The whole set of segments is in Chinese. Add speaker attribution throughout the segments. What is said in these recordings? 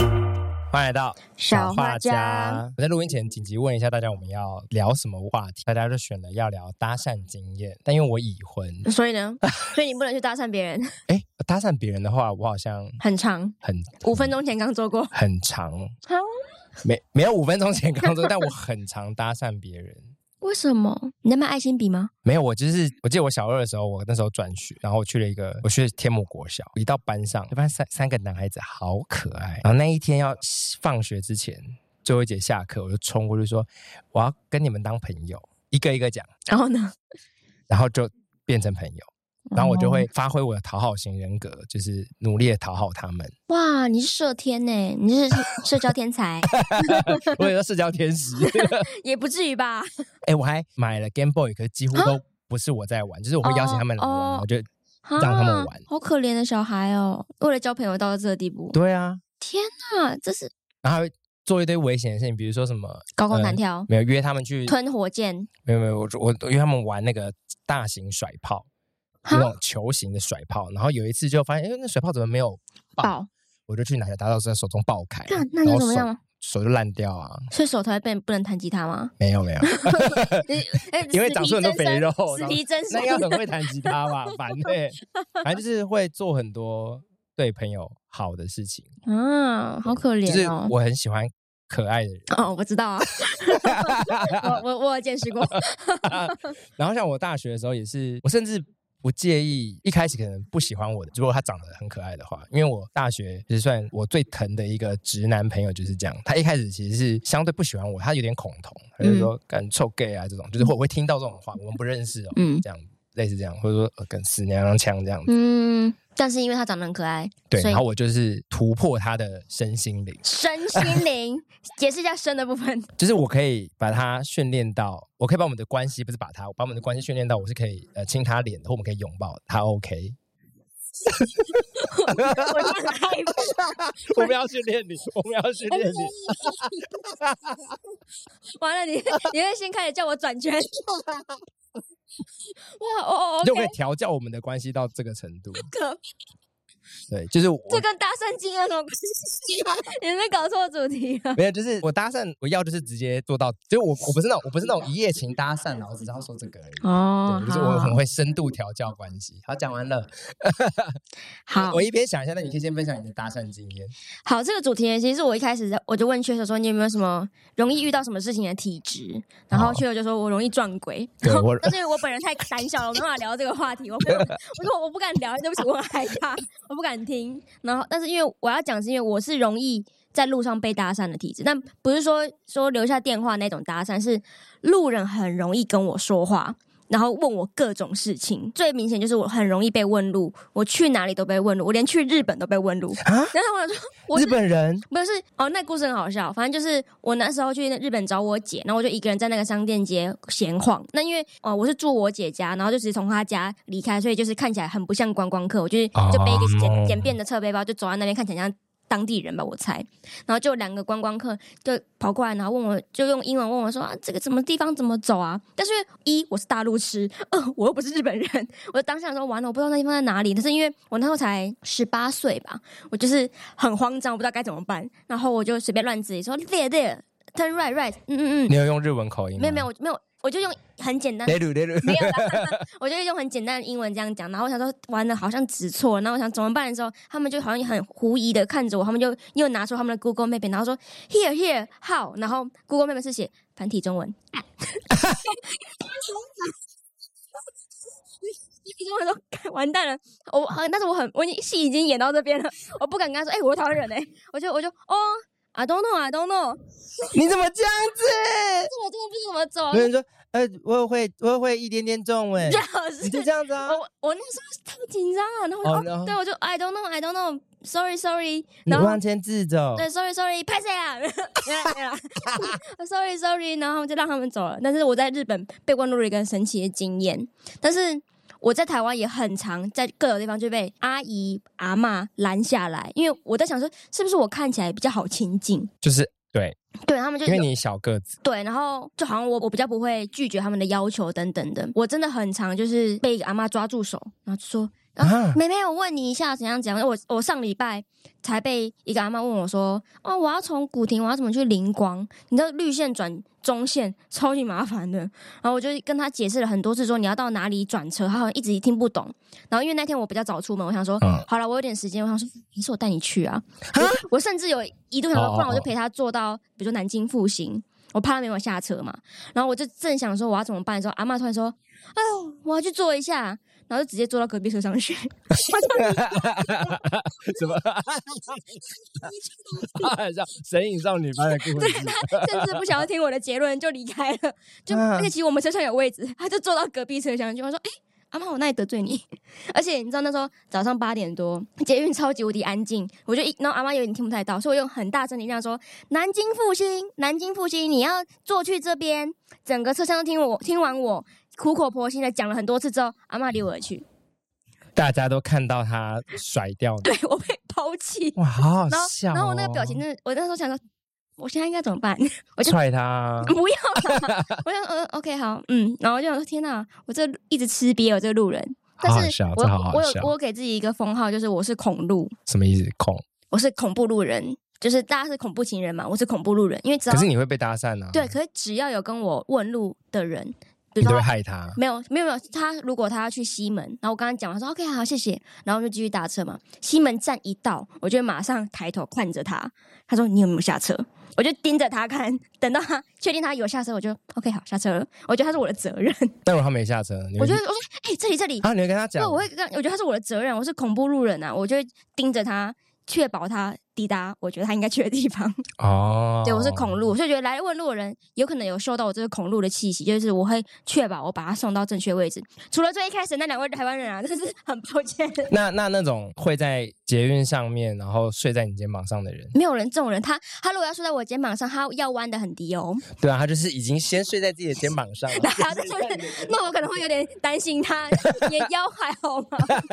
Speaker 1: 迎来到
Speaker 2: 小画家。
Speaker 1: 我在录音前紧急问一下大家，我们要聊什么话题？大家就选了要聊搭讪经验，但因为我已婚，
Speaker 2: 所以呢， 所以你不能去搭讪别人，
Speaker 1: 哎，搭讪别人的话，我好像
Speaker 2: 很长，
Speaker 1: 很
Speaker 2: 五分钟前刚做过。
Speaker 1: 很长，
Speaker 2: 啊
Speaker 1: 没没有五分钟前刚 说，但我很常搭讪别人。
Speaker 2: 为什么？你那卖爱心笔吗？
Speaker 1: 没有，我就是我记得我小二的时候，我那时候转学，然后我去了一个，我去了天母国小，一到班上，就发现三三个男孩子好可爱。然后那一天要放学之前，最后一节下课，我就冲过去说我要跟你们当朋友，一个一个讲，
Speaker 2: 然后呢？
Speaker 1: 然后就变成朋友。然后我就
Speaker 2: 哦
Speaker 1: 会发挥我的讨好型人格，就是努力的讨好他们。
Speaker 2: 哇，你是社天呢、你 是社交天才，
Speaker 1: 我也是社交天使。
Speaker 2: 也不至于吧？
Speaker 1: 哎、我还买了 Game Boy，可是几乎都不是我在玩，就是我会邀请他们来玩，
Speaker 2: 啊哦哦
Speaker 1: 我就
Speaker 2: 啊
Speaker 1: 让他们玩
Speaker 2: 好可怜的小孩哦，为了交朋友到了这个地步。
Speaker 1: 对啊，
Speaker 2: 天哪，这是
Speaker 1: 然后还会做一堆危险的事情，比如说什么
Speaker 2: 高空
Speaker 1: 呃
Speaker 2: 弹跳、
Speaker 1: 没有约他们去，
Speaker 2: 吞火箭，
Speaker 1: 没有没有，我我我约他们玩那个大型甩炮，
Speaker 2: 哈
Speaker 1: 那种球形的甩炮。然后有一次就发现，哎、那甩炮怎么没有爆？
Speaker 2: 爆！
Speaker 1: 我就去拿，拿到在手中爆开，
Speaker 2: 干那
Speaker 1: 啊然
Speaker 2: 就
Speaker 1: 后
Speaker 2: 怎么
Speaker 1: 手
Speaker 2: 样？
Speaker 1: 手就烂掉啊！
Speaker 2: 所以手才会变不能弹吉 他吗？
Speaker 1: 没有 没有，
Speaker 2: 哎
Speaker 1: 因为长出很多肥肉
Speaker 2: 死皮真
Speaker 1: 那
Speaker 2: 身
Speaker 1: 应。该很会弹吉他吧？反正、 反正就是会做很多对朋友好的事情，
Speaker 2: 啊，好可
Speaker 1: 就是
Speaker 2: 怜哦！
Speaker 1: 我很喜欢可爱的人。
Speaker 2: 哦，我知道啊， 我我我有见识过。
Speaker 1: 然后像我大学的时候也是，我甚至不介意一开始可能不喜欢我的，如果他长得很可爱的话，因为我大学就是算我最疼的一个直男朋友就是这样，他一开始其实是相对不喜欢我，他有点恐同，他
Speaker 2: 嗯
Speaker 1: 就说干臭 gay 啊这种，就是我会听到这种话，我们不认识哦，
Speaker 2: 嗯
Speaker 1: 这样类似这样，或者说呃跟死娘娘腔这样子，
Speaker 2: 嗯，但是因为他长得很可爱，
Speaker 1: 对，
Speaker 2: 所以
Speaker 1: 然后我就是突破他的身心灵，
Speaker 2: 身心灵解释一下身的部 分。
Speaker 1: 就是我可以把他训练到，我可以把我们的关系不是把他，我把我们的关系训练到，我是可以呃亲他脸的，或我们可以拥抱他，OK。
Speaker 2: 我就很害怕，
Speaker 1: 我们要训练你，我们要训 练你。
Speaker 2: 完了你你会先开始叫我转 圈。哇哦哦
Speaker 1: 就可以
Speaker 2: ，OK，
Speaker 1: 调教我们的关系到这个程度。
Speaker 2: 可
Speaker 1: 对，就是我
Speaker 2: 这跟搭讪经验有什么关系啊？ 你是搞错主题了。
Speaker 1: 没有，就是我搭讪，我要就是直接做到，就是我我不是那种我不是那种一夜情搭讪，然后只知道说这个而已。
Speaker 2: 哦
Speaker 1: 对，就是我很会深度调教关系。好，讲完了，
Speaker 2: 好
Speaker 1: 我一边想一下，那你可以先分享你的搭讪经验。
Speaker 2: 好，这个主题呢，其实我一开始在我就问缺手说你有没有什么容易遇到什么事情的体质，然后
Speaker 1: 哦
Speaker 2: 缺手就说我容易撞鬼，
Speaker 1: 对
Speaker 2: 然后
Speaker 1: 我
Speaker 2: 但是我本人太胆小了，我没办法聊这个话 题，我没有，我说我不敢聊，对不起，我很害怕，我不敢听。然后，但是因为我要讲是因为我是容易在路上被搭讪的体质，但不是说说留下电话那种搭讪，是路人很容易跟我说话。然后问我各种事情，最明显就是我很容易被问路，我去哪里都被问路，我连去日本都被问路。
Speaker 1: 啊
Speaker 2: 然后我想说，我是
Speaker 1: 日本人
Speaker 2: 不是哦，那故事很好笑。反正就是我那时候去日本找我姐，然后我就一个人在那个商店街闲晃。那因为哦，我是住我姐家，然后就直接从她家离开，所以就是看起来很不像观光客。我就是
Speaker 1: 哦
Speaker 2: 就背一个简简便的侧背包，就走在那边，看起来像当地人吧，我猜。然后就两个观光客就跑过来，然后问我，就用英文问我说啊，这个什么地方怎么走啊？但是因为一我是大陆痴，二我又不是日本人，我当下说完了，我不知道那地方在哪里。但是因为我那时候才十八岁吧，我就是很慌张，我不知道该怎么办。然后我就随便乱指说 there there turn right right，嗯嗯
Speaker 1: 你有用日文口音
Speaker 2: 嗯，
Speaker 1: 吗？
Speaker 2: 没有没有，我没有，我就用很简单。
Speaker 1: 雷鲁雷 鲁，
Speaker 2: 没有啦，我就用很简单的英文这样讲，然后我想说完了，好像指错了，然后我想怎么办的时候，他们就好像很狐疑的看着我，他们就又拿出他们的 Google Map，然后说 here here how，然后 Google Map 是写繁体中文， 啊我想说干完蛋了，我啊，但是我很我已经戏已经演到这边了，我不敢跟他说，哎、我是台湾人哎、我就我就哦，I don't know，I don't know，
Speaker 1: 你怎么这样 子？
Speaker 2: 这我真的不知道怎么走，
Speaker 1: 有人说，呃，我也会我也会一点点中 文，
Speaker 2: 最好是
Speaker 1: 你就这样子啊？
Speaker 2: 我我那时候太紧张了，然后我就、
Speaker 1: 哦
Speaker 2: 哦
Speaker 1: 然后
Speaker 2: 对，我就 I don't know I don't know sorry sorry，
Speaker 1: 你
Speaker 2: 然后
Speaker 1: 往前自走，
Speaker 2: 对 sorry sorry 拍谁啊？ 没有没有啦 sorry sorry，然后就让他们走了。但是我在日本被灌入了一个神奇的经验，但是我在台湾也很常在各个地方就被阿姨阿嬷拦下来，因为我在想说是不是我看起来比较好亲近，
Speaker 1: 就是对，
Speaker 2: 对他们就
Speaker 1: 因为你小个子，
Speaker 2: 对，然后就好像我我比较不会拒绝他们的要求等等的，我真的很常就是被一个阿妈抓住手，然后就说然后
Speaker 1: 啊
Speaker 2: 妹妹，我问你一下，怎样怎样？我我上礼拜才被一个阿妈问我说，哦，我要从古亭，我要怎么去灵光？你知道绿线转中线超级麻烦的。然后我就跟她解释了很多次，说你要到哪里转车，她好像一直听不懂。然后因为那天我比较早出门，我想说，
Speaker 1: 嗯
Speaker 2: 好了，我有点时间，我想说，没事，我带你去啊。我我甚至有一度想
Speaker 1: 哦哦
Speaker 2: 说，不然我就
Speaker 1: 哦
Speaker 2: 陪她坐到，比如说南京复兴。我怕她没有下车嘛，然后我就正想说我要怎么办的时候，阿妈突然说：“哎呦，我要去坐一下。”然后就直接坐到隔壁车上去。
Speaker 1: 什么？ 像神隐少女般的故事，
Speaker 2: 甚至不想要听我的结论就离开了。就、
Speaker 1: 啊
Speaker 2: 而且其实我们车上有位置，他就坐到隔壁车厢去，他说：“哎、阿妈，我哪里得罪你？”而且你知道那时候早上八点多，捷运超级无敌安静，我就一然后阿妈有点听不太到，所以我用很大声的音量说：“南京复兴，南京复兴，你要坐去这边。”整个车厢都听我听完我苦口婆心的讲了很多次之后，阿妈离我而去，
Speaker 1: 大家都看到她甩掉的，
Speaker 2: 对我被抛弃。
Speaker 1: 哇，好好
Speaker 2: 然后
Speaker 1: 笑、哦
Speaker 2: 然后我那个表情，真的，我那时候想说，我现在应该怎么办？我就嗯
Speaker 1: 踹她，
Speaker 2: 不要啦，我想呃，OK 好，嗯，然后我就想说，天哪，我这一直吃瘪，我哦这个路人。但
Speaker 1: 好好
Speaker 2: 是
Speaker 1: 笑
Speaker 2: 我
Speaker 1: 这好好
Speaker 2: 我有
Speaker 1: 笑
Speaker 2: 我有给自己一个封号，就是我是恐路，
Speaker 1: 什么意思？恐？
Speaker 2: 我是恐怖路人，就是大家是恐怖情人嘛，我是恐怖路人，因为只要
Speaker 1: 可是你会被搭讪啊？
Speaker 2: 对，可是只要有跟我问路的人，比
Speaker 1: 你都
Speaker 2: 如
Speaker 1: 会
Speaker 2: 说他
Speaker 1: 害她。
Speaker 2: 没有没有没有，他如果他要去西门，然后我跟他讲，我说 OK 好，谢谢，然后就继续搭车嘛。西门站一到，我就会马上抬头看着他，他说你有没有下车？我就盯着他看，等到他确定他有下车，我就 OK 好下车了。我觉得他是我的责任，
Speaker 1: 但如果她没下车呢，你
Speaker 2: 我
Speaker 1: 会
Speaker 2: 觉得我说哎、这里这里，
Speaker 1: 啊，你会跟她讲
Speaker 2: 对，，我会跟我觉得他是我的责任，我是恐怖路人啊，我就会盯着他，确保他抵达我觉得他应该去的地方。
Speaker 1: 哦，
Speaker 2: 对，我是恐路，所以觉得来问路的人有可能有受到我这个恐路的气息，就是我会确保我把他送到正确位置。除了最一开始那两位台湾人啊， 真是很抱歉，
Speaker 1: 那那那种会在捷运上面，然后睡在你肩膀上的人，
Speaker 2: 没有人这种人，他他如果要睡在我肩膀上，他要弯的很低哦，
Speaker 1: 对啊，他就是已经先睡在自己的肩膀上了。
Speaker 2: 然后 他就是，那我可能会有点担心他，你的腰还好吗？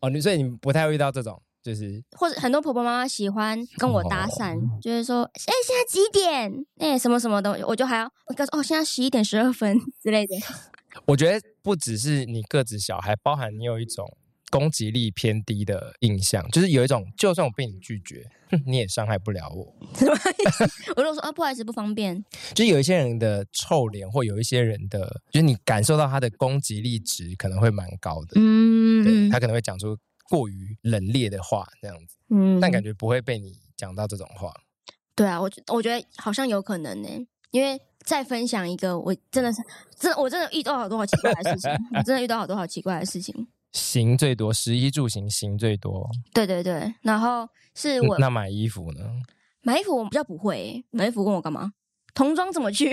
Speaker 1: 哦，你所以你不太会遇到这种，就是
Speaker 2: 或者很多婆婆妈妈喜欢跟我搭讪，就是说，哎、现在几点？哎、什么什么的，我就还要我告诉哦，现在十一点十二分之类的。
Speaker 1: 我觉得不只是你个子小，还包含你有一种攻击力偏低的印象，就是有一种，就算我被你拒绝，哼你也伤害不了我。
Speaker 2: 我就说啊，不好意思，不方便。
Speaker 1: 就是有一些人的臭脸，或有一些人的，就是你感受到他的攻击力值可能会蛮高的，对
Speaker 2: 嗯
Speaker 1: 他可能会讲出过于冷冽的话这样子，
Speaker 2: 嗯
Speaker 1: 但感觉不会被你讲到这种话。
Speaker 2: 对啊，我觉我觉得好像有可能呢、因为再分享一个，我真的是，真的我真的遇到好多好奇怪的事情，我真的遇到好多好奇怪的事情。
Speaker 1: 行最多，食衣住行行最多。
Speaker 2: 对对对，然后是我
Speaker 1: 嗯那买衣服呢？
Speaker 2: 买衣服，我比较不会欸、买衣服问我干嘛？童装怎么去？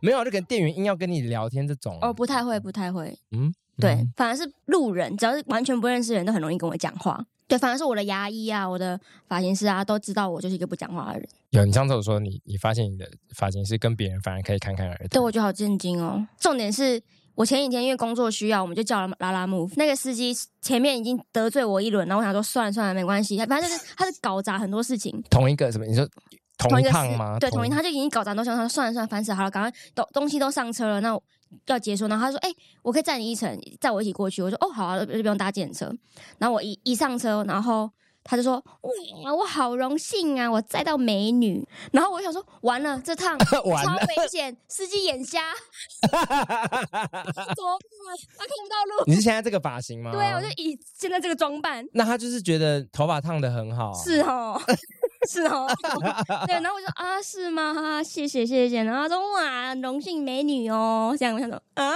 Speaker 1: 没有，就跟店员硬要跟你聊天这种。
Speaker 2: 哦，不太会，不太会。
Speaker 1: 嗯，
Speaker 2: 对
Speaker 1: 嗯，
Speaker 2: 反而是路人，只要是完全不认识的人都很容易跟我讲话。对，反而是我的牙医啊，我的发型师啊，都知道我就是一个不讲话的人。
Speaker 1: 有你上次有说你你发现你的发型是跟别人反而可以侃侃而谈。
Speaker 2: 对，我觉得好震惊哦。重点是我前几天因为工作需要，我们就叫了拉拉 move。那个司机前面已经得罪我一轮，然后我想说算了算了，没关系，反正就是他是搞砸很多事情。
Speaker 1: 同一个什么？你说
Speaker 2: 同
Speaker 1: 同
Speaker 2: 一
Speaker 1: 一
Speaker 2: 个
Speaker 1: 趟
Speaker 2: 司
Speaker 1: 吗？
Speaker 2: 对，同一趟他就已经搞砸很多事情，他说算了算了，烦死了好了，赶快东东西都上车了，那我要结束。然后他说：“哎、我可以载你一程，载我一起过去。”我说：“哦，好啊，就不用搭计程车。”然后我一一上车，然后他就说：“哇，我好荣幸啊，我载到美女。”然后我就想说：“完了，这趟
Speaker 1: 完
Speaker 2: 超
Speaker 1: 了
Speaker 2: 危险，司机眼 瞎，怎么办？他看不到路。
Speaker 1: 你是现在这个发型吗？
Speaker 2: 对啊，我就以现在这个装扮，
Speaker 1: 那他就是觉得头发烫的很好。啊
Speaker 2: 是哦， 是哦， 对。然后我就啊，是吗？啊谢谢谢谢。然后他说哇，荣幸美女哦，这样我想说啊，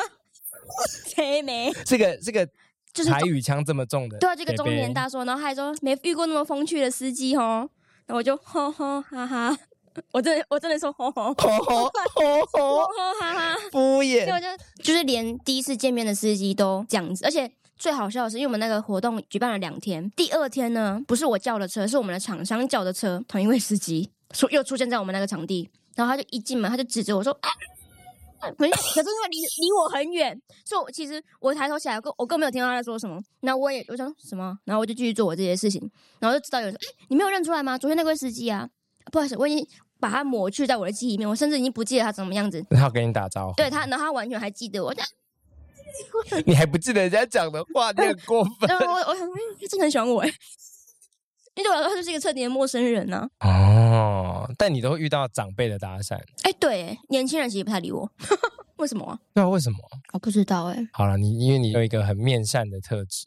Speaker 2: 谁没？
Speaker 1: 这个这个
Speaker 2: 就是
Speaker 1: 台
Speaker 2: 中
Speaker 1: 语腔这么重的，
Speaker 2: 对啊，这个中
Speaker 1: 北北
Speaker 2: 年大叔，然后他还说没遇过那么风趣的司机哦。然后我就吼吼哈哈， 我真的我真的说吼吼 吼
Speaker 1: 吼吼 吼吼
Speaker 2: 吼哈哈。
Speaker 1: 敷
Speaker 2: 所以
Speaker 1: 衍
Speaker 2: 我就就是连第一次见面的司机都这样子，而且最好笑的是，因为我们那个活动举办了两天，第二天呢不是我叫的车，是我们的厂商叫的车，同一位司机出又出现在我们那个场地，然后他就一进门他就指着我说。啊可是，可是因为离离我很远，所以我其实我抬头起来，我根我更没有听到他在说什么。然后我也我想什么，然后我就继续做我自己的事情，然后就知道有人说：“哎、你没有认出来吗？昨天那位司机啊，不好意思，我已经把他抹去在我的记忆里面，我甚至已经不记得他什么样子。”
Speaker 1: 他要跟你打招呼，
Speaker 2: 对他，然后他完全还记得我，但
Speaker 1: 你还不记得人家讲的话，你很过 分
Speaker 2: 然后我我想说，嗯他真的很喜欢我哎， 因为对我来说他就是一个彻底的陌生人呐、啊。
Speaker 1: 哦。但你都会遇到长辈的搭讪，
Speaker 2: 哎，对欸，年轻人其实不太理我， 为什么啊？
Speaker 1: 对啊，为什么？
Speaker 2: 我不知道哎、
Speaker 1: 好了，你因为你有一个很面善的特质，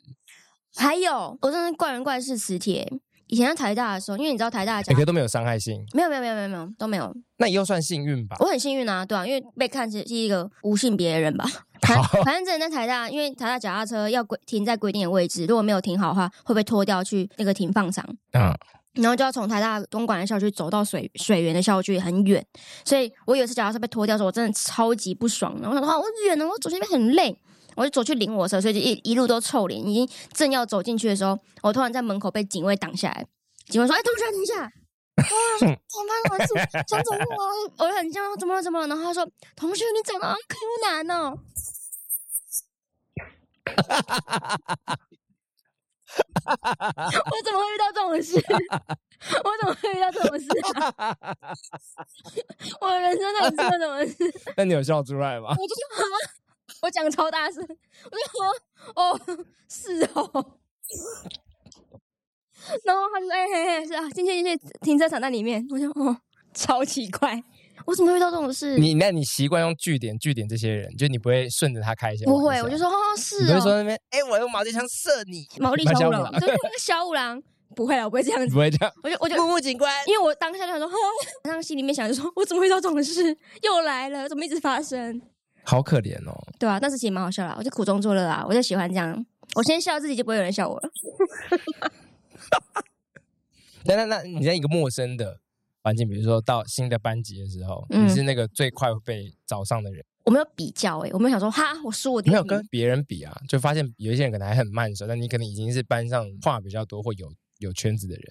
Speaker 2: 还有，我真的是怪人怪事磁铁。以前在台大的时候，因为你知道台大的家
Speaker 1: 每个都没有伤害性，
Speaker 2: 没有没有没有没有没有都没有，
Speaker 1: 那又算幸运吧？
Speaker 2: 我很幸运啊，对啊，因为被看是是一个无性别的人吧。反
Speaker 1: 好
Speaker 2: 反正之前在台大，因为台大脚踏车要规停在规定的位置，如果没有停好的话，会被拖掉去那个停放场。
Speaker 1: 嗯，
Speaker 2: 然后就要从台大东莞的校区走到水水源的校区很远，所以我有一次脚踏车被拖掉的时候，我真的超级不爽。然后我想说好远哦，我走去那边很累，我就走去领我的车，所以就一一路都臭脸。已经正要走进去的时候，我突然在门口被警卫挡下来，警卫说：“哎，同学，停一下。”我想说怎么办？我是想走路啊，我就很僵，怎么了？怎么了？然后他说：“同学，你长得好像柯南哦。”我怎么会遇到这种事？我怎么会遇到这种事、 啊？我人生到底出了什么事？
Speaker 1: 那你有笑出来吗？
Speaker 2: 我就说啊，我讲超大声，我就说哦，是哦。然后他就说：“哎、嘿嘿，是啊，进去进去停车场那里面。”我就哦，超奇怪，我怎么会遇到这种事？
Speaker 1: 你那你习惯用据点据点这些人，就你不会顺着他开一些玩笑，
Speaker 2: 不会，我就说哦，
Speaker 1: 你
Speaker 2: 是
Speaker 1: 不会
Speaker 2: 哦，
Speaker 1: 说那边，哎、我用毛巾枪射你，
Speaker 2: 毛利小五郎，就是那个小五郎，不会了，我不会这 样
Speaker 1: 你
Speaker 2: 子，
Speaker 1: 不会这样，
Speaker 2: 我就我就
Speaker 1: 木木警官，
Speaker 2: 因为我当下就想说，哦， 当时心里面想着说，我怎么会遇到这种事？又来了，怎么一直发生？
Speaker 1: 好可怜哦。
Speaker 2: 对啊，但是其实蛮好笑啦，我就苦中作乐啊啦，我就喜欢这样。我先笑自己，就不会有人笑我了。
Speaker 1: 那那那你在一个陌生的环境，比如说到新的班级的时候，
Speaker 2: 嗯
Speaker 1: 你是那个最快被找上的人，
Speaker 2: 我没有比较欸诶、我没有想说哈，我输我第一
Speaker 1: 没有
Speaker 2: 名
Speaker 1: 跟别人比啊，就发现有一些人可能还很慢熟，但你可能已经是班上话比较多或有有圈子的人。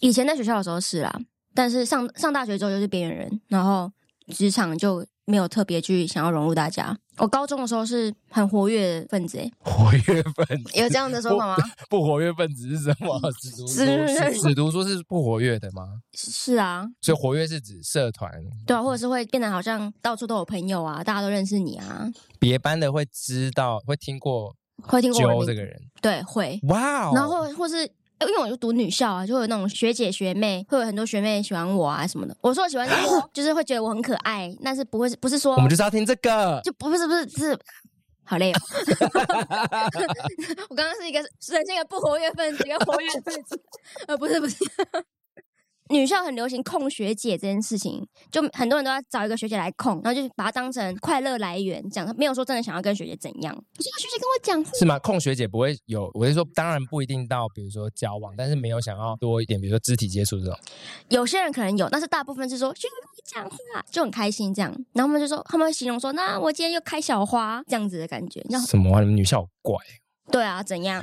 Speaker 2: 以前在学校的时候是啦，但是上上大学之后就是边缘人，然后职场就没有特别去想要融入大家。我高中的时候是很活跃的分子、欸，
Speaker 1: 活跃分子
Speaker 2: 有这样的说法 吗？
Speaker 1: 不活跃分子是什么？只读书
Speaker 2: 嗯是
Speaker 1: 是只读书是不活跃的吗？
Speaker 2: 是啊，
Speaker 1: 所以活跃是指社团，
Speaker 2: 对啊，或者是会变得好像到处都有朋友啊，大家都认识你啊，
Speaker 1: 别班的会知道会听过
Speaker 2: 会听过我
Speaker 1: 揪
Speaker 2: 的
Speaker 1: 这
Speaker 2: 名
Speaker 1: 个人，
Speaker 2: 对会，
Speaker 1: 哇哦，
Speaker 2: 然后或是。因为我就读女校啊，就会有那种学姐学妹，会有很多学妹喜欢我啊什么的。我说我喜欢是 说就是会觉得我很可爱，但是不会不是说
Speaker 1: 我们就是要听这个，
Speaker 2: 就不是不是是 好累哦。 我刚刚是一个呈现一个不活跃分子，一个活跃分子，呃，不是不是。 女校很流行控学姐这件事情，就很多人都要找一个学姐来控，然后就把她当成快乐来源，讲没有说真的想要跟学姐怎样。我说学姐跟我讲话，
Speaker 1: 是吗？控学姐不会有，我是说，当然不一定到比如说交往，但是没有想要多一点，比如说肢体接触这种。
Speaker 2: 有些人可能有，但是大部分是说学姐跟我讲话，就很开心这样。然后他们就说，他们会形容说，那我今天又开小花这样子的感觉。你知道？
Speaker 1: 什么、啊？你们女校好怪。
Speaker 2: 对啊，怎样？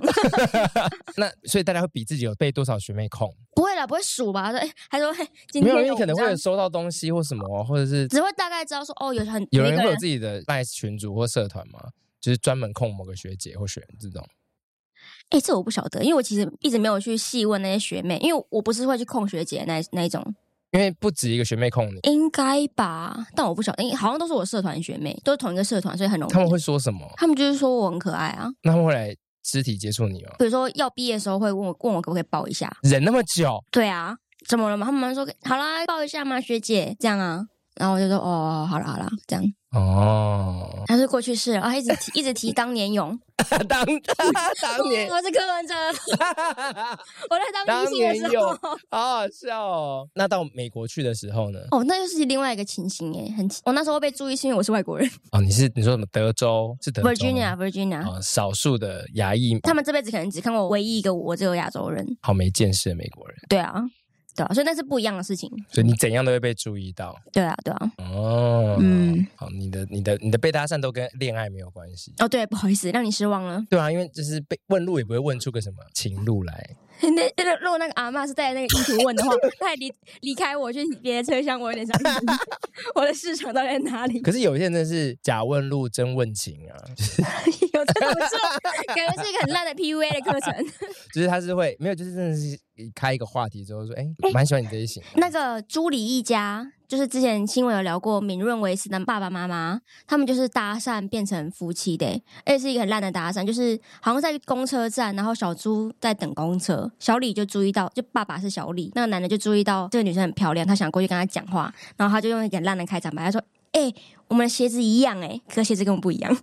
Speaker 1: 那所以大家会比自己有被多少学妹控？
Speaker 2: 不会啦，不会数吧？说哎，还说嘿，今
Speaker 1: 没有，因
Speaker 2: 天
Speaker 1: 为
Speaker 2: 有
Speaker 1: 你可能
Speaker 2: 这
Speaker 1: 会
Speaker 2: 样
Speaker 1: 有收到东西或什么，或者是
Speaker 2: 只会大概知道说哦，有很
Speaker 1: 有
Speaker 2: 一
Speaker 1: 人
Speaker 2: 个
Speaker 1: 会有自己的 l i 群组或社团吗？就是专门控某个学姐或学这种。
Speaker 2: 哎、这我不晓得，因为我其实一直没有去细问那些学妹，因为我不是会去控学姐那那一种，
Speaker 1: 因为不止一个学妹控你，
Speaker 2: 应该吧？但我不晓得，因为好像都是我社团学妹，都是同一个社团，所以很容易。
Speaker 1: 他们会说什么？
Speaker 2: 他们就是说我很可爱啊，
Speaker 1: 那他们会来肢体接触你哦吗？
Speaker 2: 比如说要毕业的时候会问我问我可不可以抱一下，
Speaker 1: 忍那么久，
Speaker 2: 对啊，怎么了嘛？他们说好啦，抱一下嘛，学姐这样啊。然后我就说哦，好啦好啦，这样。
Speaker 1: 哦，
Speaker 2: 他是过去式了，然后一直提一直提当年勇，
Speaker 1: 当 当年
Speaker 2: 我是柯文哲，我在当 医生的
Speaker 1: 当年
Speaker 2: 时候
Speaker 1: 勇。好好笑哦。那到美国去的时候呢？
Speaker 2: 哦，那又是另外一个情形哎，很奇我那时候被注意是因为我是外国人
Speaker 1: 哦，你是你说什么？德州是 德州吗
Speaker 2: ，Virginia Virginia，、
Speaker 1: 哦，少数的牙裔，
Speaker 2: 他们这辈子可能只看过唯一一个我这个亚洲人，
Speaker 1: 好没见识的美国人，
Speaker 2: 对啊，对啊，所以那是不一样的事情，
Speaker 1: 所以你怎样都会被注意到。
Speaker 2: 对啊，对啊，
Speaker 1: 哦，
Speaker 2: 嗯，
Speaker 1: 好，你的你的你的被搭讪都跟恋爱没有关系。
Speaker 2: 哦对，不好意思，让你失望了。
Speaker 1: 对啊，因为就是被问路也不会问出个什么情路来。
Speaker 2: 那那如果那个阿嬷是带着那个意图问的话，她还离离开我去别的车厢，我有点伤 心。我的市场到底在哪里？
Speaker 1: 可是有些人真的是假问路真问情啊，
Speaker 2: 有这种这种感觉是一个很烂的 PUA 的课程。
Speaker 1: 就是他是会没有，就是真的是开一个话题之后说，哎、蛮喜欢你这一型。
Speaker 2: 那个朱里一家，就是之前新闻有聊过敏润维斯的爸爸妈妈，他们就是搭讪变成夫妻的、欸，而且是一个很烂的搭讪，就是好像在公车站，然后小朱在等公车，小李就注意到，就爸爸是小李，那个男的就注意到这个女生很漂亮，他想过去跟她讲话，然后他就用一个很烂的开场白，他说：“哎、我们的鞋子一样、欸，哎，可鞋子跟我们不一 样。”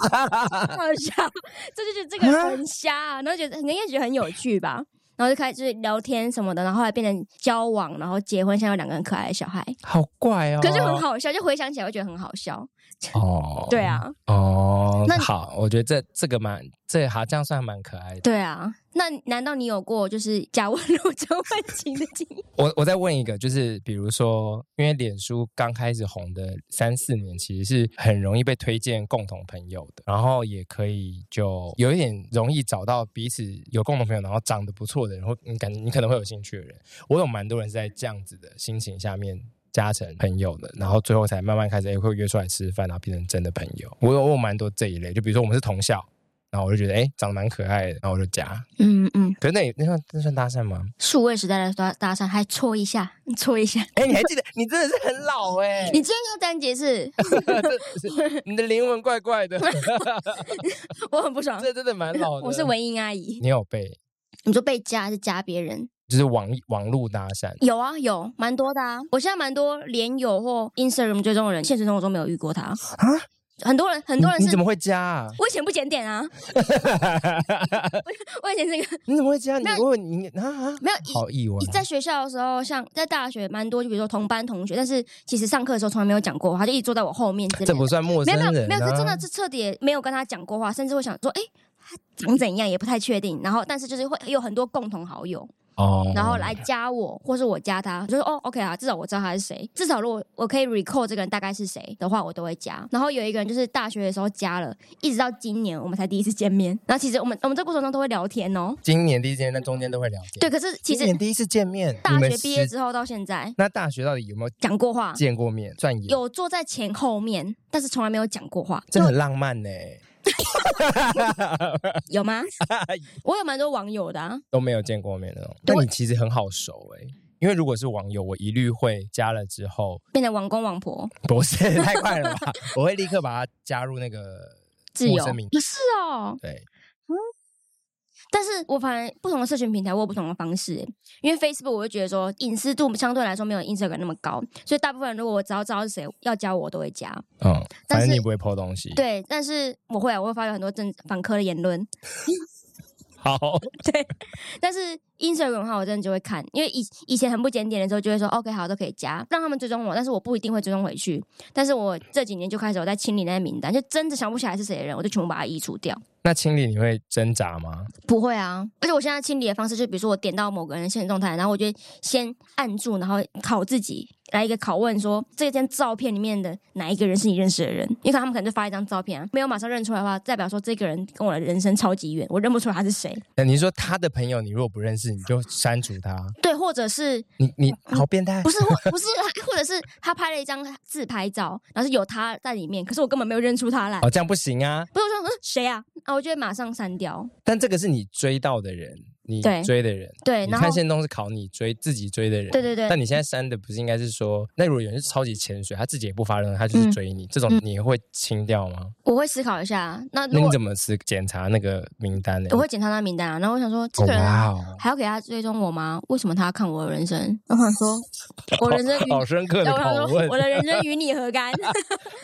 Speaker 2: 好笑，这就是这个人很瞎、啊，然后觉得人家觉得很有趣吧，然后就开始就是聊天什么的，然后后来变成交往，然后结婚，现在有两个很可爱的小孩，
Speaker 1: 好怪哦，
Speaker 2: 可是就很好笑，就回想起来会觉得很好笑。
Speaker 1: 哦，
Speaker 2: 对，啊，
Speaker 1: 哦
Speaker 2: 那，
Speaker 1: 好，我觉得这这个蛮，这好这样算蛮可爱的。
Speaker 2: 对啊，那难道你有过就是假问路真问情的经验？
Speaker 1: 我我再问一个，就是比如说，因为脸书刚开始红的三四年，其实是很容易被推荐共同朋友的，然后也可以就有一点容易找到彼此有共同朋友，然后长得不错的人，或你感你可能会有兴趣的人。我有蛮多人是在这样子的心情下面。加成朋友的，然后最后才慢慢开始，哎、会约出来吃饭，然后变成真的朋友。我有我有蛮多这一类，就比如说我们是同校，然后我就觉得，哎、长得蛮可爱的，然后我就加。
Speaker 2: 嗯嗯，
Speaker 1: 可是那也那算那算搭讪吗？
Speaker 2: 数位时代的搭搭讪还搓一下，搓一下。
Speaker 1: 哎、你还记得？你真的是很老哎、
Speaker 2: 你今天要单节是，
Speaker 1: 你的灵魂怪怪 的，
Speaker 2: 我很不爽。
Speaker 1: 这真的蛮老的。
Speaker 2: 我是文英阿姨，
Speaker 1: 你有被
Speaker 2: 你说被加还是加别人？
Speaker 1: 就是网网路搭讪，
Speaker 2: 有啊，有蛮多的啊。我现在蛮多连友或 Instagram 追踪的人，现实生活中没有遇过他啊。很多人，很多人
Speaker 1: 你你
Speaker 2: 是
Speaker 1: 怎么会加、啊？
Speaker 2: 我以前不检点啊， 我以前这个
Speaker 1: 你怎么会加？ 你问问你啊啊，
Speaker 2: 没有
Speaker 1: 好意外
Speaker 2: 以。在学校的时候，像在大学蛮多，就比如说同班同学，但是其实上课的时候从来没有讲过话，他就一直坐在我后面之类的
Speaker 1: 这不算陌
Speaker 2: 没
Speaker 1: 生
Speaker 2: 有没
Speaker 1: 人、啊
Speaker 2: 有没有，是真的是彻底没有跟他讲过话，甚至会想说，哎、他长怎样也不太确定。然后，但是就是会有很多共同好友，
Speaker 1: 哦。
Speaker 2: 然后来加我，或是我加他，就是哦，OK 啊，至少我知道他是谁，至少如果我可以 recall 这个人大概是谁的话，我都会加。然后有一个人就是大学的时候加了，一直到今年我们才第一次见面。然后其实我们我们这过程中都会聊天哦，
Speaker 1: 今年第一次见面，但中间都会聊天。
Speaker 2: 对，，可是其
Speaker 1: 今
Speaker 2: 实
Speaker 1: 年第一次见面，
Speaker 2: 大
Speaker 1: 你们
Speaker 2: 学毕业
Speaker 1: 实
Speaker 2: 之后到现在
Speaker 1: 那大学到底有没有
Speaker 2: 讲过话，
Speaker 1: 见过面？算有，
Speaker 2: 有坐在前后面，但是从来没有讲过话，
Speaker 1: 这很浪漫呢、
Speaker 2: 有吗？我有蛮多网友的、啊，
Speaker 1: 都没有见过面那种。
Speaker 2: 对
Speaker 1: 但你其实很好熟哎、因为如果是网友，我一律会加了之后
Speaker 2: 变成网公网婆、
Speaker 1: 不是太快了 吧？我会立刻把它加入那个
Speaker 2: 挚
Speaker 1: 陌
Speaker 2: 友
Speaker 1: 生名，
Speaker 2: 不是哦。
Speaker 1: 对，
Speaker 2: 但是我反而不同的社群平台，我有不同的方式欸。因为 Facebook 我会觉得说隐私度相对来说没有 Instagram 那么高，所以大部分人如果我只要知道是谁要加我，我都会加。
Speaker 1: 嗯，
Speaker 2: 但
Speaker 1: 反正
Speaker 2: 是
Speaker 1: 你不会破东西。，
Speaker 2: 对，但是我会啊，我会发表很多正反科的言论。
Speaker 1: 好，
Speaker 2: 但是 Instagram 的话，我真的就会看，因为以以前很不检点的时候，就会说哦 OK 好都可以加，让他们追踪我，但是我不一定会追踪回去。但是我这几年就开始我在清理那些名单，就真的想不起来是谁的人，我就全部把它移除掉。
Speaker 1: 那清理你会挣扎吗？
Speaker 2: 不会啊，而且我现在清理的方式，就比如说我点到某个人的现实动态，然后我就先按住，然后考自己来一个拷问说，这张照片里面的哪一个人是你认识的人？因为他们可能就发一张照片啊，没有马上认出来的话，代表说这个人跟我的人生超级远，我认不出来他是谁。
Speaker 1: 那你说他的朋友，你如果不认识，你就删除他。
Speaker 2: 对，或 者是
Speaker 1: 你你好变态
Speaker 2: 嗯
Speaker 1: 啊
Speaker 2: 不，是或不是，或者是 他拍了一张自拍照，然后是有他在里面，可是我根本没有认出他来。
Speaker 1: 哦，这样不行啊！
Speaker 2: 不是我说嗯谁啊？啊，我就会马上删掉。
Speaker 1: 但这个是你追到的人，你
Speaker 2: 对
Speaker 1: 追的人。
Speaker 2: 对，
Speaker 1: 你
Speaker 2: 然后
Speaker 1: 看现动是考你追自己追的人，
Speaker 2: 对对对
Speaker 1: 但你现在删的不是应该是说，那如果有人是超级潜水，他自己也不发任何，他就是
Speaker 2: 嗯
Speaker 1: 追你，这种你会清掉吗？
Speaker 2: 我会思考一下。那
Speaker 1: 那
Speaker 2: 如
Speaker 1: 你
Speaker 2: 果
Speaker 1: 怎么是检查那个名单呢？
Speaker 2: 我会检查他名单啊，然后我想说这
Speaker 1: 哦
Speaker 2: 个人啊、
Speaker 1: 哇哦，
Speaker 2: 还要给他追踪我吗？为什么他要看我的人生？我想 说，我人生与
Speaker 1: 好深 刻的
Speaker 2: 我想
Speaker 1: 拷
Speaker 2: 说
Speaker 1: 问
Speaker 2: 我，的人生与你 何干？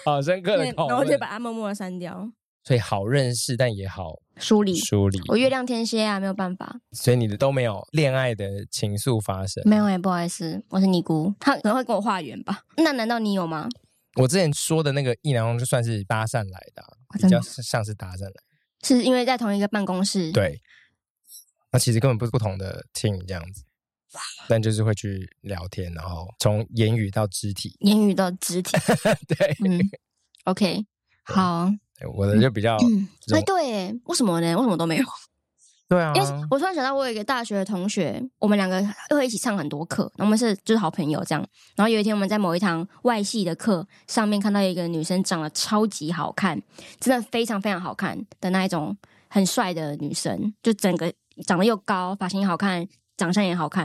Speaker 1: 好深刻的
Speaker 2: 对 然
Speaker 1: 拷
Speaker 2: 后就
Speaker 1: 问。
Speaker 2: 把他默默的删掉，
Speaker 1: 所以好认识，但也好
Speaker 2: 梳理。
Speaker 1: 梳理。
Speaker 2: 我月亮天蝎啊，没有办法，
Speaker 1: 所以你的都没有恋爱的情愫发生。
Speaker 2: 没有哎、不好意思，我是尼姑，他可能会跟我化缘吧？那难道你有吗？
Speaker 1: 我之前说的那个意难忘，就算是搭讪来的啊、
Speaker 2: 啊
Speaker 1: 比
Speaker 2: 真的
Speaker 1: 较像是搭讪来的。
Speaker 2: 是因为在同一个办公室？，
Speaker 1: 对，那其实根本不是不同的 team 这样子，但就是会去聊天，然后从言语到肢体。
Speaker 2: 言语到肢体，
Speaker 1: 对，
Speaker 2: 嗯，OK，好，
Speaker 1: 对我的就比较
Speaker 2: 嗯，
Speaker 1: 这
Speaker 2: 哎，
Speaker 1: 种
Speaker 2: 对耶，为什么呢？为什么都没有？
Speaker 1: 对啊
Speaker 2: 因，为我突然想到，我有一个大学的同学，我们两个会一起上很多课，我们是就是好朋友这样。然后有一天我们在某一堂外系的课上面看到一个女生长得超级好看，真的非常非常好看的那一种很帅的女生，就整个长得又高，发型也好看，长相也好看，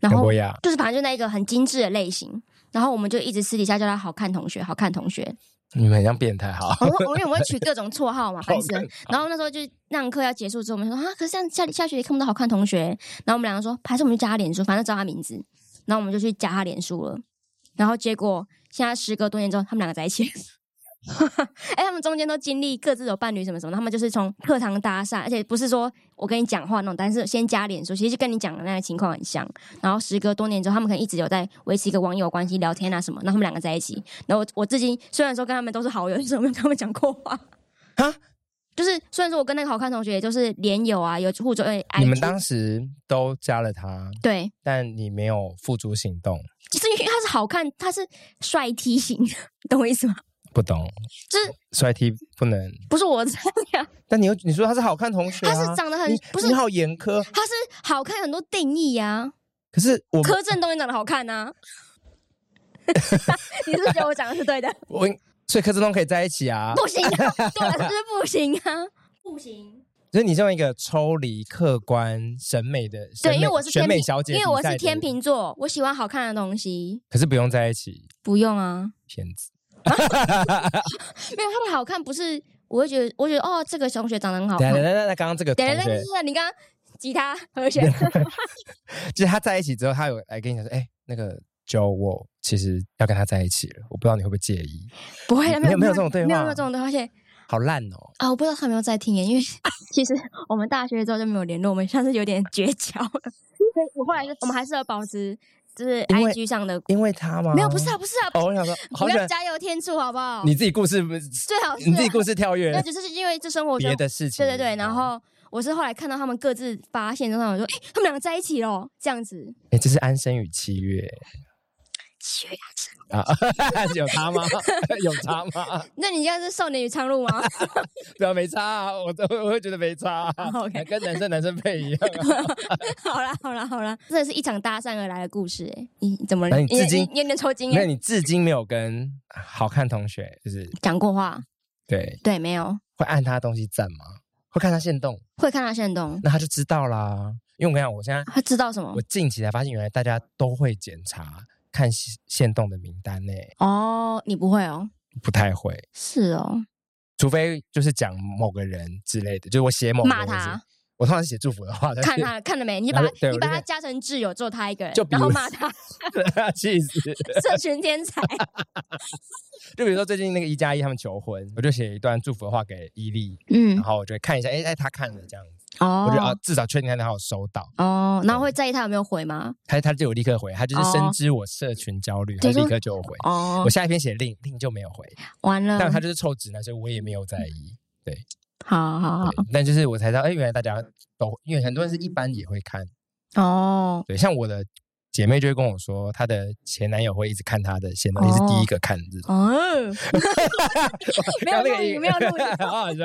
Speaker 2: 然
Speaker 1: 很
Speaker 2: 后
Speaker 1: 博雅，
Speaker 2: 就是反正就那一个很精致的类型。然后我们就一直私底下叫他好看同学，好看同学。
Speaker 1: 你们很像变态，好，
Speaker 2: 我们我们因为我们会取各种绰号嘛，
Speaker 1: 好
Speaker 2: 烦死了
Speaker 1: 看。
Speaker 2: 然后那时候就那堂课要结束之后，我们说啊，可是这样下下学期看不到好看同学。然后我们两个说，还是我们去加他脸书，反正知道他名字。然后我们就去加他脸书了。然后结果现在时隔多年之后，他们两个在一起了。 哎、他们中间都经历各自有伴侣什么什么，他们就是从课堂搭讪，而且不是说我跟你讲话那种，但是先加脸书，其实就跟你讲的那个情况很像。然后时隔多年之后，他们可能一直有在维持一个网友关系、聊天啊什么，然后他们两个在一起。然后我我至今虽然说跟他们都是好友，但 是我没有跟他们讲过话。
Speaker 1: 哈
Speaker 2: 就是虽然说我跟那个好看同学也就是连友啊，有互追，
Speaker 1: 你
Speaker 2: IG
Speaker 1: 们当时都加了他，
Speaker 2: 对，
Speaker 1: 但你没有付诸行动，
Speaker 2: 就是因为他是好看，他是帅 T 型，懂我意思吗？
Speaker 1: 不懂，
Speaker 2: 就是
Speaker 1: 帅 T 不能。
Speaker 2: 不是我这样，
Speaker 1: 但你又你说他是好看同学、
Speaker 2: 他
Speaker 1: 啊，
Speaker 2: 是长得很
Speaker 1: 你
Speaker 2: 不是
Speaker 1: 你，好严苛，
Speaker 2: 他是好看很多定义呀、
Speaker 1: 可是我
Speaker 2: 柯震东也长得好看 呐、你是不是觉得我讲的是对的？
Speaker 1: 我所以柯震东可以在一起啊，
Speaker 2: 不行、啊，对我来说就是不行啊，不行。
Speaker 1: 所以你这样一个抽离客观审美的审
Speaker 2: 对，
Speaker 1: 美，
Speaker 2: 因为我是
Speaker 1: 选
Speaker 2: 天
Speaker 1: 美
Speaker 2: 秤
Speaker 1: 小姐，
Speaker 2: 因为我是天，秤座，我喜欢好看的东西。
Speaker 1: 可是不用在一起，
Speaker 2: 不用啊，
Speaker 1: 骗子。
Speaker 2: 没有他的好看不是，我会觉得，我觉得哦，这个同学长得很好
Speaker 1: 等
Speaker 2: 看
Speaker 1: 一下。等一下等一下，刚刚这个同
Speaker 2: 等一下等一下等
Speaker 1: 学
Speaker 2: 一，下，你刚刚吉他和弦，
Speaker 1: 就是他在一起之后，他有来跟你讲说，哎、那个 Joe，我其实要跟他在一起了，我不知道你会不会介意，
Speaker 2: 不会的，
Speaker 1: 没有没有这
Speaker 2: 没
Speaker 1: 种对
Speaker 2: 没有
Speaker 1: 话
Speaker 2: 没有这种对话，而且
Speaker 1: 好烂哦、
Speaker 2: 啊、我不知道他有没有在听耶，因为 其实我们大学之后就没有联络，我们像是有点绝交了。 我后来就我们还是有保持就是
Speaker 1: 因为
Speaker 2: IG 上的，
Speaker 1: 因为他吗？
Speaker 2: 没有不是啊不是啊，
Speaker 1: 哦，我想说，好
Speaker 2: 不
Speaker 1: 喜
Speaker 2: 要
Speaker 1: 欢
Speaker 2: 加油添醋好不好？
Speaker 1: 你自己故事，
Speaker 2: 最好是啊
Speaker 1: 你自己故事跳跃
Speaker 2: 那，只是因为这生活
Speaker 1: 别
Speaker 2: 圈，
Speaker 1: 的事情，哦
Speaker 2: 对对对，然后。我是后来看到他们各自发现之后，我说：“哎、他们两个在一起咯，这 样子。
Speaker 1: 哎、这是安生与七月
Speaker 2: 七月两生
Speaker 1: 啊， 有差吗？ 有差吗？
Speaker 2: 那你现在是少年与苍鹭吗？
Speaker 1: 对啊，没差、啊，我都我会觉得没差、啊
Speaker 2: 哦 OK
Speaker 1: 跟男生男生配一样、啊
Speaker 2: 好啦好啦好啦，这是一场搭讪而来的故事、哎，你你怎么了？
Speaker 1: 那你至今
Speaker 2: 你有点抽筋、
Speaker 1: 那
Speaker 2: 哎，
Speaker 1: 你至今没有跟好看同学，就是
Speaker 2: 讲过话？
Speaker 1: 对，
Speaker 2: 对，没有。
Speaker 1: 会按他的东西赞吗？会看他现动，
Speaker 2: 会看他现动，
Speaker 1: 那他就知道啦。因为我跟你讲，我现在
Speaker 2: 他知道什么
Speaker 1: 我？近期才发现，原来大家都会检查看现现动的名单呢，
Speaker 2: 哦，你不会哦，
Speaker 1: 不太会，
Speaker 2: 是哦，
Speaker 1: 除非就是讲某个人之类的，就是我写某个人
Speaker 2: 骂
Speaker 1: 或
Speaker 2: 他
Speaker 1: 是，我通常是写祝福的话，但
Speaker 2: 看
Speaker 1: 是
Speaker 2: 他看了没？你
Speaker 1: 然
Speaker 2: 把
Speaker 1: 后
Speaker 2: 他
Speaker 1: 对
Speaker 2: 你
Speaker 1: 我
Speaker 2: 把
Speaker 1: 就
Speaker 2: 他
Speaker 1: 是
Speaker 2: 加成挚友，只有他一个人
Speaker 1: 就，比
Speaker 2: 然后
Speaker 1: 如
Speaker 2: 骂他
Speaker 1: 啊气死。
Speaker 2: 社群 天才，
Speaker 1: 就比如说最近那个一加一他们求婚，我就写一段祝福的话给伊利，然
Speaker 2: 嗯，
Speaker 1: 后我就看一下，哎哎，他看了这样子，我就啊
Speaker 2: 哦
Speaker 1: 至少确定他有收到，
Speaker 2: 哦，然后会在意他有没有回吗？
Speaker 1: 他他就有立刻回，他就是深
Speaker 2: 哦
Speaker 1: 知我社群焦虑，他
Speaker 2: 对
Speaker 1: 立
Speaker 2: 就
Speaker 1: 刻就有回。
Speaker 2: 哦嗯
Speaker 1: 我，下一篇写令令就没有回，
Speaker 2: 完了，
Speaker 1: 但他就是臭直男，所以我也没有在意。
Speaker 2: 好好好，
Speaker 1: 对但就是我才知道，哎，原来大家都，因为很多人是一般也会看，
Speaker 2: 哦，
Speaker 1: 对，像我的姐妹就会跟我说，她的前男友会一直看她的现男友，也是第一个看的。
Speaker 2: 哦，没
Speaker 1: 刚刚那
Speaker 2: 有
Speaker 1: 个
Speaker 2: 录影没有录影
Speaker 1: 好好笑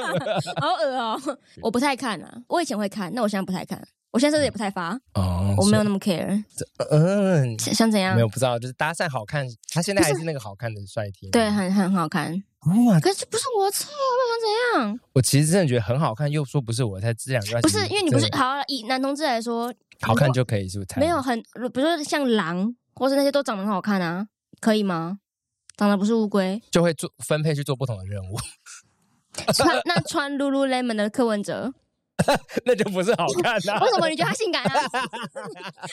Speaker 2: 好恶哦，我不太看啊，我以前会看，那我现在不太看，我现在甚至也不太发，
Speaker 1: 哦，
Speaker 2: 我没
Speaker 1: 所
Speaker 2: 有那么 care，
Speaker 1: 以嗯，
Speaker 2: 想想怎样
Speaker 1: 没？有不知道，就是搭讪好看，他现在
Speaker 2: 不
Speaker 1: 还
Speaker 2: 是
Speaker 1: 是那个好看的帅 T。
Speaker 2: 对，，很很好看，
Speaker 1: 哇，
Speaker 2: 可是不是我的菜啊，我想怎样？
Speaker 1: 我其实真的觉得很好看，又说不是我，才这两个
Speaker 2: 不是因为你不是好啊以男同志来说，
Speaker 1: 好看就可以，是不是？
Speaker 2: 没有，很，比如说像狼或是那些都长得很好看啊，可以吗？长得不是乌龟，
Speaker 1: 就会做分配去做不同的任务，
Speaker 2: 穿那穿 Lululemon 的柯文哲，
Speaker 1: 那就不是 好看啦
Speaker 2: 为。什么你觉得他性感啊？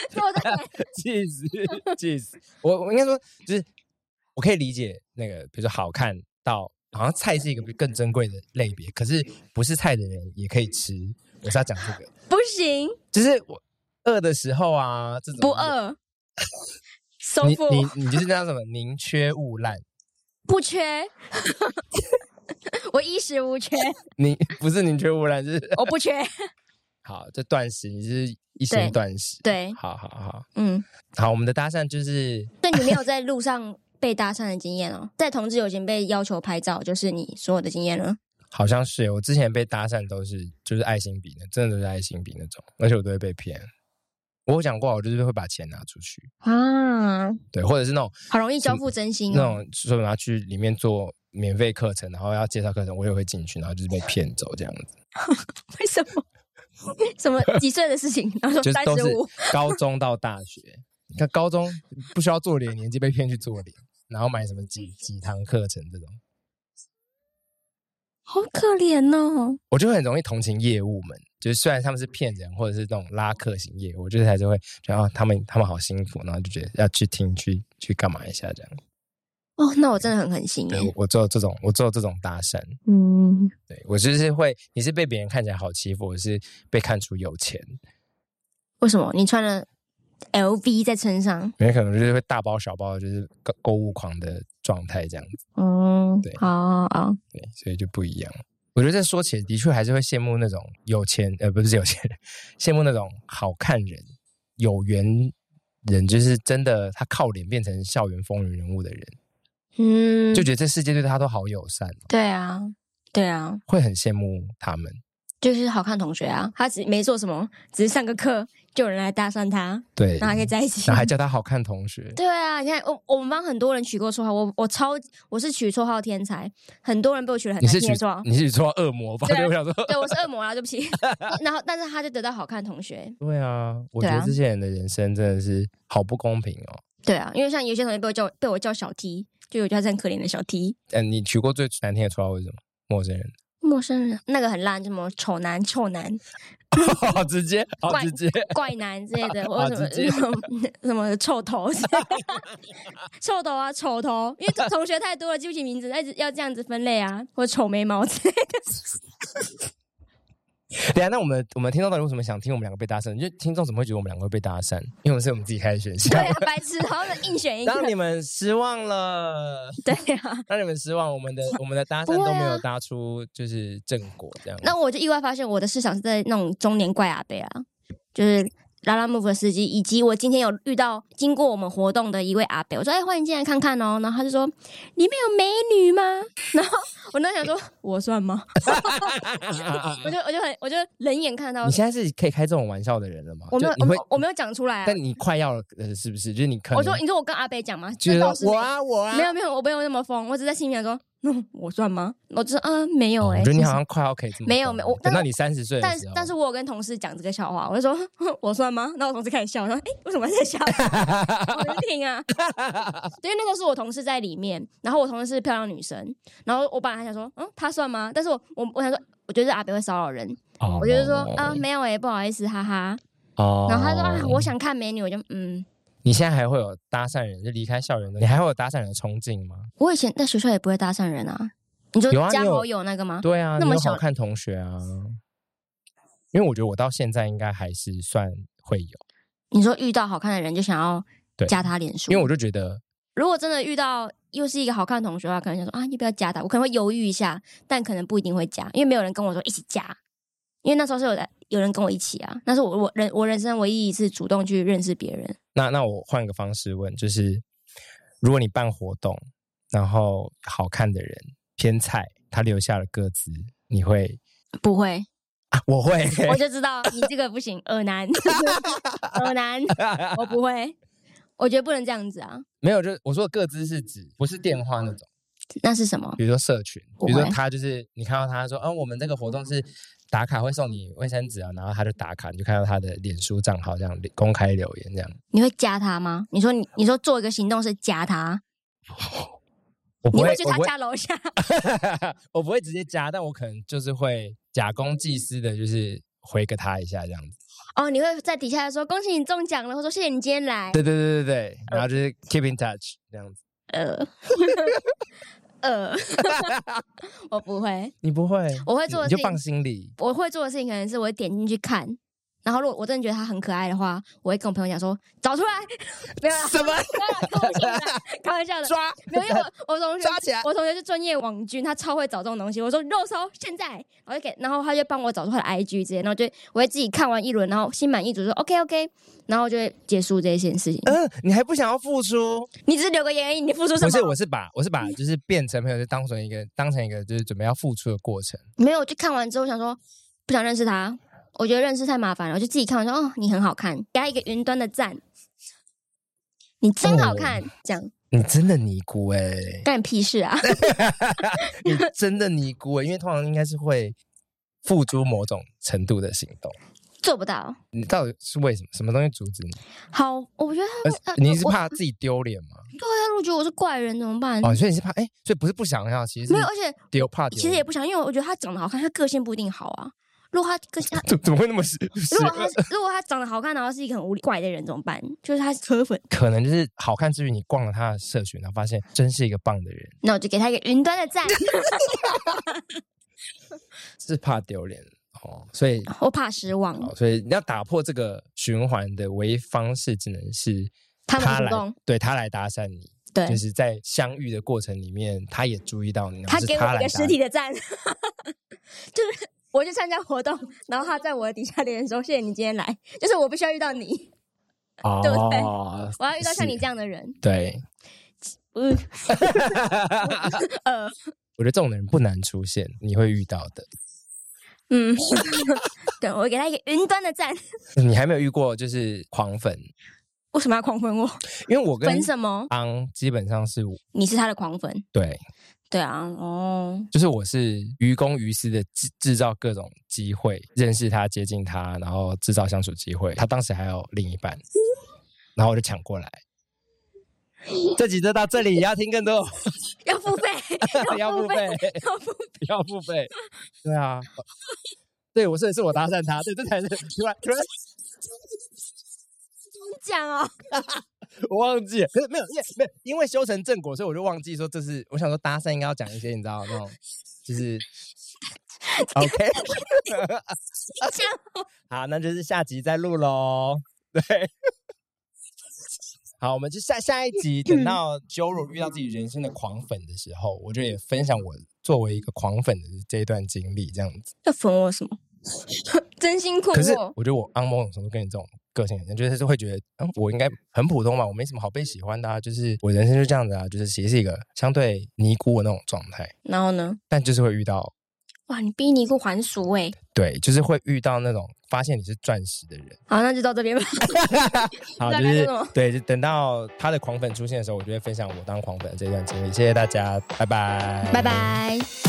Speaker 2: 对不对？
Speaker 1: 气死，气死！我我应该说，就是我可以理解那个，比如说好看到好像菜是一个更珍贵的类别，可是不是菜的人也可以吃。我是要讲这个，
Speaker 2: 不行，
Speaker 1: 就是我饿的时候啊，这种
Speaker 2: 不。饿，收
Speaker 1: 你
Speaker 2: 腹
Speaker 1: 你你就是叫什么宁缺毋滥，
Speaker 2: 不缺， 我衣食无缺，
Speaker 1: 你不是宁缺毋滥，就是
Speaker 2: 我不缺。
Speaker 1: 好，这断食你是一
Speaker 2: 对
Speaker 1: 心断食，
Speaker 2: 对
Speaker 1: 好好好
Speaker 2: 嗯，
Speaker 1: 好，我们的搭讪就是
Speaker 2: 但你没有在路上被搭讪的经验哦，在同志友情被要求拍照，就是你所有的经验了。
Speaker 1: 好像是我之前被搭讪都是就是爱心笔的，真的都是爱心笔那种，而且我都会被骗。我有讲过，啊我就是会把钱拿出去，
Speaker 2: 啊，
Speaker 1: 对，或者是那种
Speaker 2: 好容易交付真心
Speaker 1: 那
Speaker 2: 哦。
Speaker 1: 种说拿去里面做免费课程，然后要介绍课程，我也会进去，然后就是被骗走这样子。
Speaker 2: 为什么？ 什么几岁的事情，然 后
Speaker 1: 就
Speaker 2: 说
Speaker 1: 是
Speaker 2: 三
Speaker 1: 都
Speaker 2: 十
Speaker 1: 是
Speaker 2: 五，
Speaker 1: 高中到大 学。你看高中不需要做脸，年纪被骗去做脸，然后买什么几几堂课程这种，
Speaker 2: 好可怜哦。
Speaker 1: 我就很容易同情业务们。就是虽然他们是骗人或者是那种拉客型业务，我就是还是会觉得啊，他们他们好辛苦，然后就觉得要去听去去干嘛一下这样。
Speaker 2: 哦，那我真的很狠心欸
Speaker 1: 对
Speaker 2: 耶。
Speaker 1: 我我做这种我做这种搭讪，
Speaker 2: 嗯，
Speaker 1: 对我就是会你是被别人看起来好欺负，我是被看出有钱，
Speaker 2: 为什么你穿了 LV 在身上？
Speaker 1: 别人可能就是会大包小包，就是购购物狂的状态这样子。
Speaker 2: 哦
Speaker 1: 对，
Speaker 2: 好好好，
Speaker 1: 对，所以就不一样。我觉得这说起来的确还是会羡慕那种有钱，呃，不是有钱人，羡慕那种好看人、有缘人，就是真的他靠脸变成校园风云人物的人，
Speaker 2: 嗯，
Speaker 1: 就觉得这世界对他都好友善哦，
Speaker 2: 对啊，对啊，
Speaker 1: 会很羡慕他们。
Speaker 2: 就是好看同学啊，他只没做什么，只是上个课就有人来搭讪他，
Speaker 1: 对，
Speaker 2: 然后还可以在一起
Speaker 1: 然后。还叫他好看同学，
Speaker 2: 对啊，你看我我们班很多人取过绰号，我我超我是取绰号天才，很多人被我取了很
Speaker 1: 你
Speaker 2: 难
Speaker 1: 是
Speaker 2: 听
Speaker 1: 取
Speaker 2: 的绰号。
Speaker 1: 你是取说恶魔吧？
Speaker 2: 对啊
Speaker 1: 对，我想说，
Speaker 2: 对，我是恶魔啊啦，对不起。然后，但是他就得到好看同学。
Speaker 1: 对啊，我
Speaker 2: 对
Speaker 1: 觉得
Speaker 2: 啊
Speaker 1: 这些人的人生真的是好不公平哦。
Speaker 2: 对啊，因为像有些同学被我叫被我叫小 T，就有叫很可怜的小 T。
Speaker 1: 嗯，你取过最难听的绰号为什么？陌生人，
Speaker 2: 陌生人那个很烂，什么丑男、臭男、
Speaker 1: 好直接，好
Speaker 2: 怪
Speaker 1: 直接。
Speaker 2: 怪男之 类的，
Speaker 1: 好
Speaker 2: 我什么
Speaker 1: 直接
Speaker 2: 什么臭头、 臭头啊、丑头，因为同学太多了，记不起名字，要一直要这样子分类啊，或者丑眉毛之类的。
Speaker 1: 对啊，那我们我们听众到底为什么想听我们两个被搭讪？就听众怎么会觉得我们两个会被搭讪？因为我们是我们自己开的选项
Speaker 2: 对，啊，白痴，然后硬选一 个。
Speaker 1: 让你们失望 了，
Speaker 2: 对啊，
Speaker 1: 让你们失望。我 们的我们的搭讪
Speaker 2: 不会啊
Speaker 1: 都没有搭出就是正果这样。
Speaker 2: 那我就意外发现我的市场是在那种中年怪阿伯啊，就是拉拉 move 的司机，以及我今天有遇到经过我们活动的一位阿伯，我说：“哎、欢迎进来看看哦。”然后他就说：“里面有美女吗？”然后我那时候想说：“我算吗？”
Speaker 1: 啊
Speaker 2: 我就我就很我就冷眼看到
Speaker 1: 你，现在是可以开这种玩笑的人了吗？
Speaker 2: 我没有
Speaker 1: 就
Speaker 2: 我
Speaker 1: 你
Speaker 2: 没
Speaker 1: 会
Speaker 2: 有，我没有讲出来、啊
Speaker 1: 但。你快要了，呃，是不是？就是你可能
Speaker 2: 我说：“你说我跟阿伯讲吗？”
Speaker 1: 觉
Speaker 2: 这
Speaker 1: 得
Speaker 2: 倒是没
Speaker 1: 我啊我啊，
Speaker 2: 没有没有，我没有那么疯，我只在心里想说：“嗯，我算吗？”我就说：“嗯，没有
Speaker 1: 哦
Speaker 2: 哎、
Speaker 1: 我觉得你好像快要可以这么
Speaker 2: 没有
Speaker 1: 疯
Speaker 2: 没
Speaker 1: 了
Speaker 2: 有我
Speaker 1: 等到你三十岁的
Speaker 2: 但
Speaker 1: 时候，
Speaker 2: 但是我有跟同事讲这个笑话，我就说 我算吗？然后我同事开始笑，我说哎、诶为什么在笑？ 我就 听啊，对，因为那时候是我同事在里面，然后我同事是漂亮女生，然后我本来还想说嗯她算吗？但是我我我想说。我觉得阿北会骚扰人，
Speaker 1: 哦
Speaker 2: 我就说啊、没有哎、不好意思，哈哈。
Speaker 1: 哦
Speaker 2: 然后他说啊我想看美女，我就嗯，
Speaker 1: 你现在还会有搭讪人，就离开校园的，你还会有搭讪人的冲劲吗？
Speaker 2: 我以前在学校也不会搭讪人啊。你说
Speaker 1: 有啊
Speaker 2: 加
Speaker 1: 你有
Speaker 2: 好友那个吗？
Speaker 1: 对啊，你
Speaker 2: 那么
Speaker 1: 有好
Speaker 2: 小
Speaker 1: 看同学啊，因为我觉得我到现在应该还是算会有，
Speaker 2: 你说遇到好看的人就想要
Speaker 1: 对
Speaker 2: 加他脸书，
Speaker 1: 因为我就觉得
Speaker 2: 如果真的遇到又是一个好看的同学的话，可能想说啊，你不要加他，我可能会犹豫一下，但可能不一定会加，因为没有人跟我说一起加，因为那时候是有在有人跟我一起啊，那是我我人我人生唯一一次主动去认识别人。
Speaker 1: 那那我换个方式问，就是如果你办活动，然后好看的人偏菜，他留下了个资，你会
Speaker 2: 不会，
Speaker 1: 啊？我会，
Speaker 2: 我就知道你这个不行，恶 男，恶男，我不会，我觉得不能这样子啊。
Speaker 1: 没有，就是我说的个资是指不是电话那种，
Speaker 2: 那是什么？
Speaker 1: 比如说社群，
Speaker 2: 不
Speaker 1: 比如说
Speaker 2: 会
Speaker 1: 他就是你看到他说，嗯，我们这个活动是。打卡会送你卫生纸啊，然后他就打卡，你就看到他的脸书账号这样公开留言这样。
Speaker 2: 你会加他吗？你说你你说做一个行动是加他，
Speaker 1: 我不
Speaker 2: 你
Speaker 1: 会，
Speaker 2: 会去
Speaker 1: 我
Speaker 2: 他
Speaker 1: 不会
Speaker 2: 家楼下？
Speaker 1: 我不会直接加，但我可能就是会假公济私的，就是回个他一下这样子。
Speaker 2: 哦，你会在底下说恭喜你中奖了，或者说谢谢你今天来。
Speaker 1: 对对对对对，然后就是 keep in touch 这样子。
Speaker 2: 呃呃， 我不会，
Speaker 1: 你不会，
Speaker 2: 我会做的
Speaker 1: 你就
Speaker 2: 事情
Speaker 1: 放心 里。
Speaker 2: 我会做的事情可能是我会点进去看，然后如果我真的觉得他很可爱的话，我会跟我朋友讲说找出来， 没有 啦，
Speaker 1: 什么
Speaker 2: 没有啦开 玩笑的，开玩笑的，
Speaker 1: 抓
Speaker 2: 没有，因为 我我同学
Speaker 1: 抓起来？
Speaker 2: 我同学是专业网军，他超会找这种东西。我说肉搜现在，然后就给，然后他就帮我找出他的 IG 之类，然后就我会自己看完一轮，然后心满意足说 OK OK，然后就会结束这件事情。
Speaker 1: 嗯，你还不想要付出？
Speaker 2: 你只是留个言而已，你付出什
Speaker 1: 不
Speaker 2: 么？
Speaker 1: 是，我是把我是把就是变成朋友，就当成一个当成一个就是准备要付出的过程。
Speaker 2: 没有，我就看完之后想说不想认识他，我觉得认识太麻烦了，我就自己看完说哦你很好看，给他一个云端的赞，你真
Speaker 1: 哦
Speaker 2: 好看，这样
Speaker 1: 你真的尼姑哎、
Speaker 2: 干你屁事啊？
Speaker 1: 欸你真的尼姑哎、因为通常应该是会付诸某种程度的行动。
Speaker 2: 做不到。
Speaker 1: 你到底是为什么？什么东西阻止你？
Speaker 2: 好，我觉得
Speaker 1: 而
Speaker 2: 他
Speaker 1: 呃你是
Speaker 2: 呃我啊
Speaker 1: 怕自己丢脸吗？
Speaker 2: 他如果觉得我是怪人怎么办？
Speaker 1: 哦，所以你是怕哎、所以不是不想要，其实是
Speaker 2: 嗯没有，而且
Speaker 1: 丢怕丢脸。
Speaker 2: 其实也不想，因为我觉得他长得好看，他个性不一定好啊。如果他 个性，他
Speaker 1: 怎怎么会那么实？
Speaker 2: 如果他如果他长得好看，然后是一个很无理怪的人怎么办？就 是他是磕粉，
Speaker 1: 可能就是好看之余，你逛了他的社群，然后发现真是一个棒的人，
Speaker 2: 那我就给他一个云端的赞。
Speaker 1: 是怕丢脸哦。所以，
Speaker 2: 我怕失望，
Speaker 1: 哦所以你要打破这个循环的唯一方式，只能是
Speaker 2: 他们主
Speaker 1: 来
Speaker 2: 动，
Speaker 1: 对他来搭讪你，
Speaker 2: 对
Speaker 1: 就，是在相遇的过程里面，他也注意到你，然后
Speaker 2: 他
Speaker 1: 是
Speaker 2: 给
Speaker 1: 他
Speaker 2: 我一
Speaker 1: 来
Speaker 2: 个
Speaker 1: 搭
Speaker 2: 实体的赞， 就是我去参加活动，然后他在我的底下留言说：“谢谢你今天来，就是我必须要遇到你，对不对
Speaker 1: 哦，
Speaker 2: 我要遇到像你
Speaker 1: 是
Speaker 2: 这样的人。
Speaker 1: 对，”
Speaker 2: 嗯，呃，
Speaker 1: 我觉得这种人不难出现，你会遇到的。
Speaker 2: 嗯， 对我给他一个云端的赞。
Speaker 1: 你还没有遇过就是狂粉，
Speaker 2: 为什么要狂粉我？
Speaker 1: 因为我跟
Speaker 2: 粉什么？
Speaker 1: 昂基本上是我
Speaker 2: 你是他的狂粉？
Speaker 1: 对，
Speaker 2: 对啊，哦，
Speaker 1: 就是我是于公于私的制制造各种机会，认识他、接近他，然后制造相处机会。他当时还有另一半，然后我就抢过来。这集就到这里，要听更 多，
Speaker 2: 要付费
Speaker 1: 要付费，
Speaker 2: 要付费。
Speaker 1: 要付费。对啊，对我是是我搭讪他，对，这才是突然突然
Speaker 2: 你讲哦，
Speaker 1: 我忘记了，可是没有，因为没有，因为修成正果，所以我就忘记说这是我想说搭讪应该要讲一些你知道那种就是 OK
Speaker 2: 这样
Speaker 1: 好，那就是下集再录喽。对， 好，我们就下下一集，等到 Joro 遇到自己人生的狂粉的时候，我就也分享我作为一个狂粉的这一段经历，这样子。
Speaker 2: 要粉我什么？ 真心困
Speaker 1: 可是
Speaker 2: 惑。
Speaker 1: 我觉得我按某种程度跟你这种个性很像，就是会觉得，嗯，我应该很普通嘛，我没什么好被喜欢的、啊，就是我人生就这样子啊，就是其实是一个相对尼姑的那种状态，
Speaker 2: 然后呢？
Speaker 1: 但就是会遇到，
Speaker 2: 哇，你逼你一个还俗哎、
Speaker 1: 对，就是会遇到那种发现你是钻石的人。
Speaker 2: 好，那就到这边吧。
Speaker 1: 好，
Speaker 2: 大
Speaker 1: 就
Speaker 2: 概就是这么
Speaker 1: 对，就等到他的狂粉出现的时候，我就会分享我当狂粉的这段经历。谢谢大家，拜拜，
Speaker 2: 拜。拜。